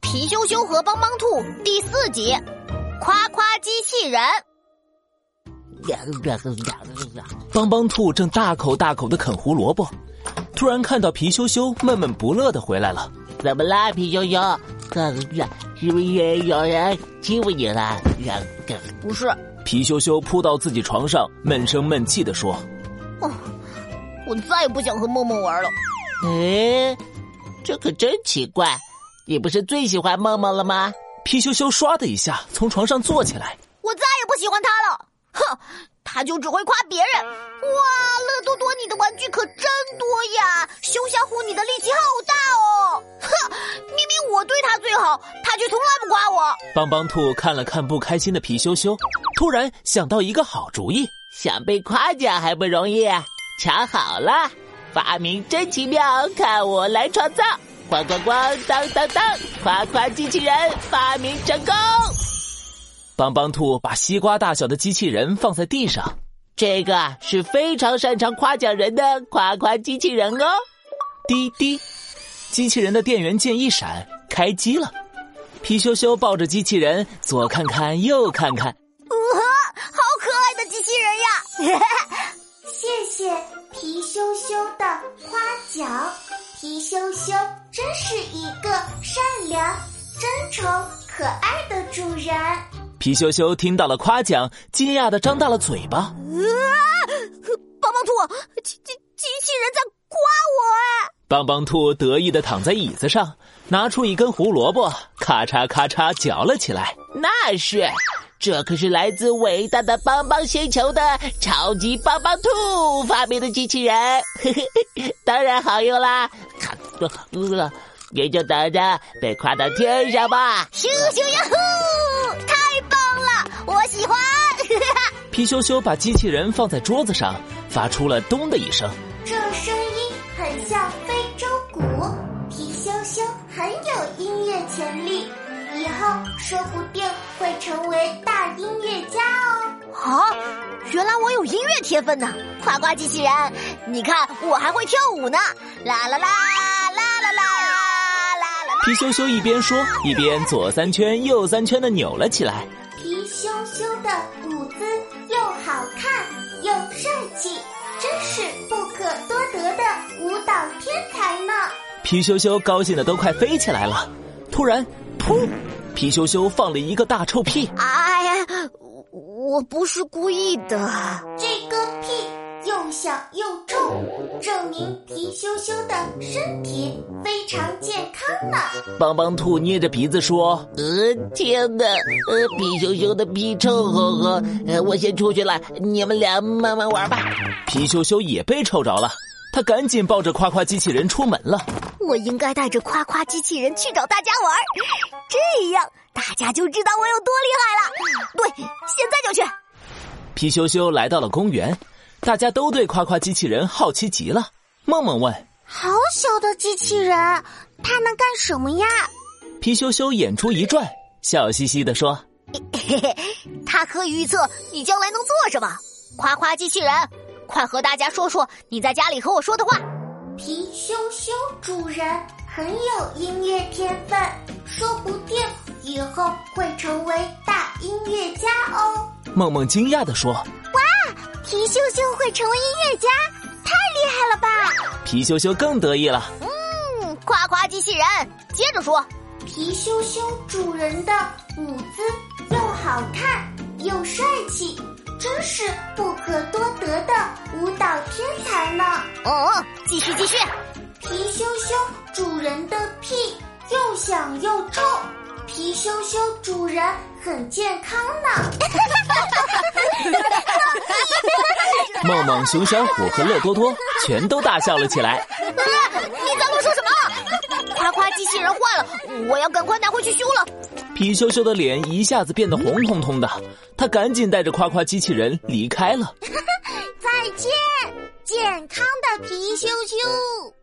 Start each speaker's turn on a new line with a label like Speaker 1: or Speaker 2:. Speaker 1: 皮羞羞和帮帮兔》第四集《夸夸机器人》。
Speaker 2: 帮帮兔正大口大口的啃胡萝卜，突然看到皮羞羞闷闷不乐的回来了。
Speaker 3: 怎么啦，皮羞羞？是不是有人欺负你了？
Speaker 1: 不是，
Speaker 2: 皮羞羞扑到自己床上，闷声闷气的说
Speaker 1: 哦，我再也不想和梦梦玩了。
Speaker 3: 哎，这可真奇怪！你不是最喜欢梦梦了吗？：“
Speaker 2: 皮羞羞，唰的一下从床上坐起来。
Speaker 1: 我再也不喜欢他了。哼，他就只会夸别人。哇，乐多多，你的玩具可真多呀！熊小虎，你的力气好大哦。哼，明明我对他最好，他却从来不夸我。”
Speaker 2: 帮帮兔看了看不开心的皮羞羞，突然想到一个好主意。
Speaker 3: 想被夸奖还不容易？瞧好了，发明真奇妙，看我来创造！咣咣咣，当当当，夸夸机器人发明成功！
Speaker 2: 帮帮兔把西瓜大小的机器人放在地上，
Speaker 3: 这个是非常擅长夸奖人的夸夸机器人哦。
Speaker 2: 滴滴，机器人的电源键一闪，开机了。皮羞羞抱着机器人，左看看，右看看，
Speaker 1: 好可爱的机器人呀！
Speaker 4: 谢谢皮羞羞的夸奖，皮羞羞真是一个善良、真诚、可爱的主人。
Speaker 2: 皮羞羞听到了夸奖，惊讶的张大了嘴巴。
Speaker 1: 帮帮兔，机机机器人在夸我哎！
Speaker 2: 帮帮兔得意的躺在椅子上，拿出一根胡萝卜，咔嚓咔嚓嚼了起来。
Speaker 3: 那是，这可是来自伟大的邦邦星球的超级邦邦兔发明的机器人，嘿嘿嘿，当然好用啦！看，呃，也就等着被夸到天上吧。
Speaker 1: 咻咻呀呼，太棒了，我喜欢。
Speaker 2: 皮羞羞把机器人放在桌子上，发出了咚的一声。
Speaker 4: 这声音很像非洲鼓，皮羞羞很有音乐潜力，以后说不定会成为大音乐家哦。
Speaker 1: 啊，原来我有音乐天分呢！夸夸机器人，你看我还会跳舞呢！啦啦啦啦啦啦啦啦啦！
Speaker 2: 皮羞羞一边说，一边左三圈右三圈的扭了起来。
Speaker 4: 皮羞羞的舞姿又好看又帅气，真是不可多得的舞蹈天才呢！
Speaker 2: 皮羞羞高兴的都快飞起来了。突然，噗！皮羞羞放了一个大臭屁。
Speaker 1: 哎呀，我我不是故意的。
Speaker 4: 这个屁又小又重，证明皮羞羞的身体非常健康呢。
Speaker 2: 帮帮兔捏着鼻子说
Speaker 3: 呃，天哪，呃，皮羞羞的屁臭烘烘，呃，我先出去了，你们俩慢慢玩吧。：“
Speaker 2: 皮羞羞也被臭着了。”他赶紧抱着夸夸机器人出门了。
Speaker 1: 我应该带着夸夸机器人去找大家玩儿，这样大家就知道我有多厉害了。对，现在就去。
Speaker 2: 皮羞羞来到了公园，大家都对夸夸机器人好奇极了。梦梦问
Speaker 4: 好小的机器人，它能干什么呀？
Speaker 2: 皮羞羞，眼珠一转，笑嘻嘻地说
Speaker 1: 嘿嘿，它可以预测你将来能做什么。夸夸机器人，快和大家说说你在家里和我说的话。
Speaker 4: 皮羞羞主人很有音乐天分，说不定以后会成为大音乐家哦。：“
Speaker 2: 梦梦惊讶地说。
Speaker 4: 皮羞羞会成为音乐家，太厉害了吧！”
Speaker 2: 皮羞羞更得意了。
Speaker 1: 嗯，夸夸机器人，接着说。
Speaker 4: 皮羞羞主人的舞姿又好看又帅气，真是不可多得的舞蹈天才呢。
Speaker 1: 哦，继续继续。
Speaker 4: 皮羞羞主人的屁又响又臭，皮羞羞主人很健康呢。
Speaker 2: 梦梦、熊小虎和乐多多全都大笑了起来。
Speaker 1: 你在我说什么？夸夸机器人坏了，我要赶快拿回去修了。
Speaker 2: 皮羞羞的脸一下子变得红彤彤的，他赶紧带着夸夸机器人离开了。
Speaker 4: 再见，健康的皮羞羞。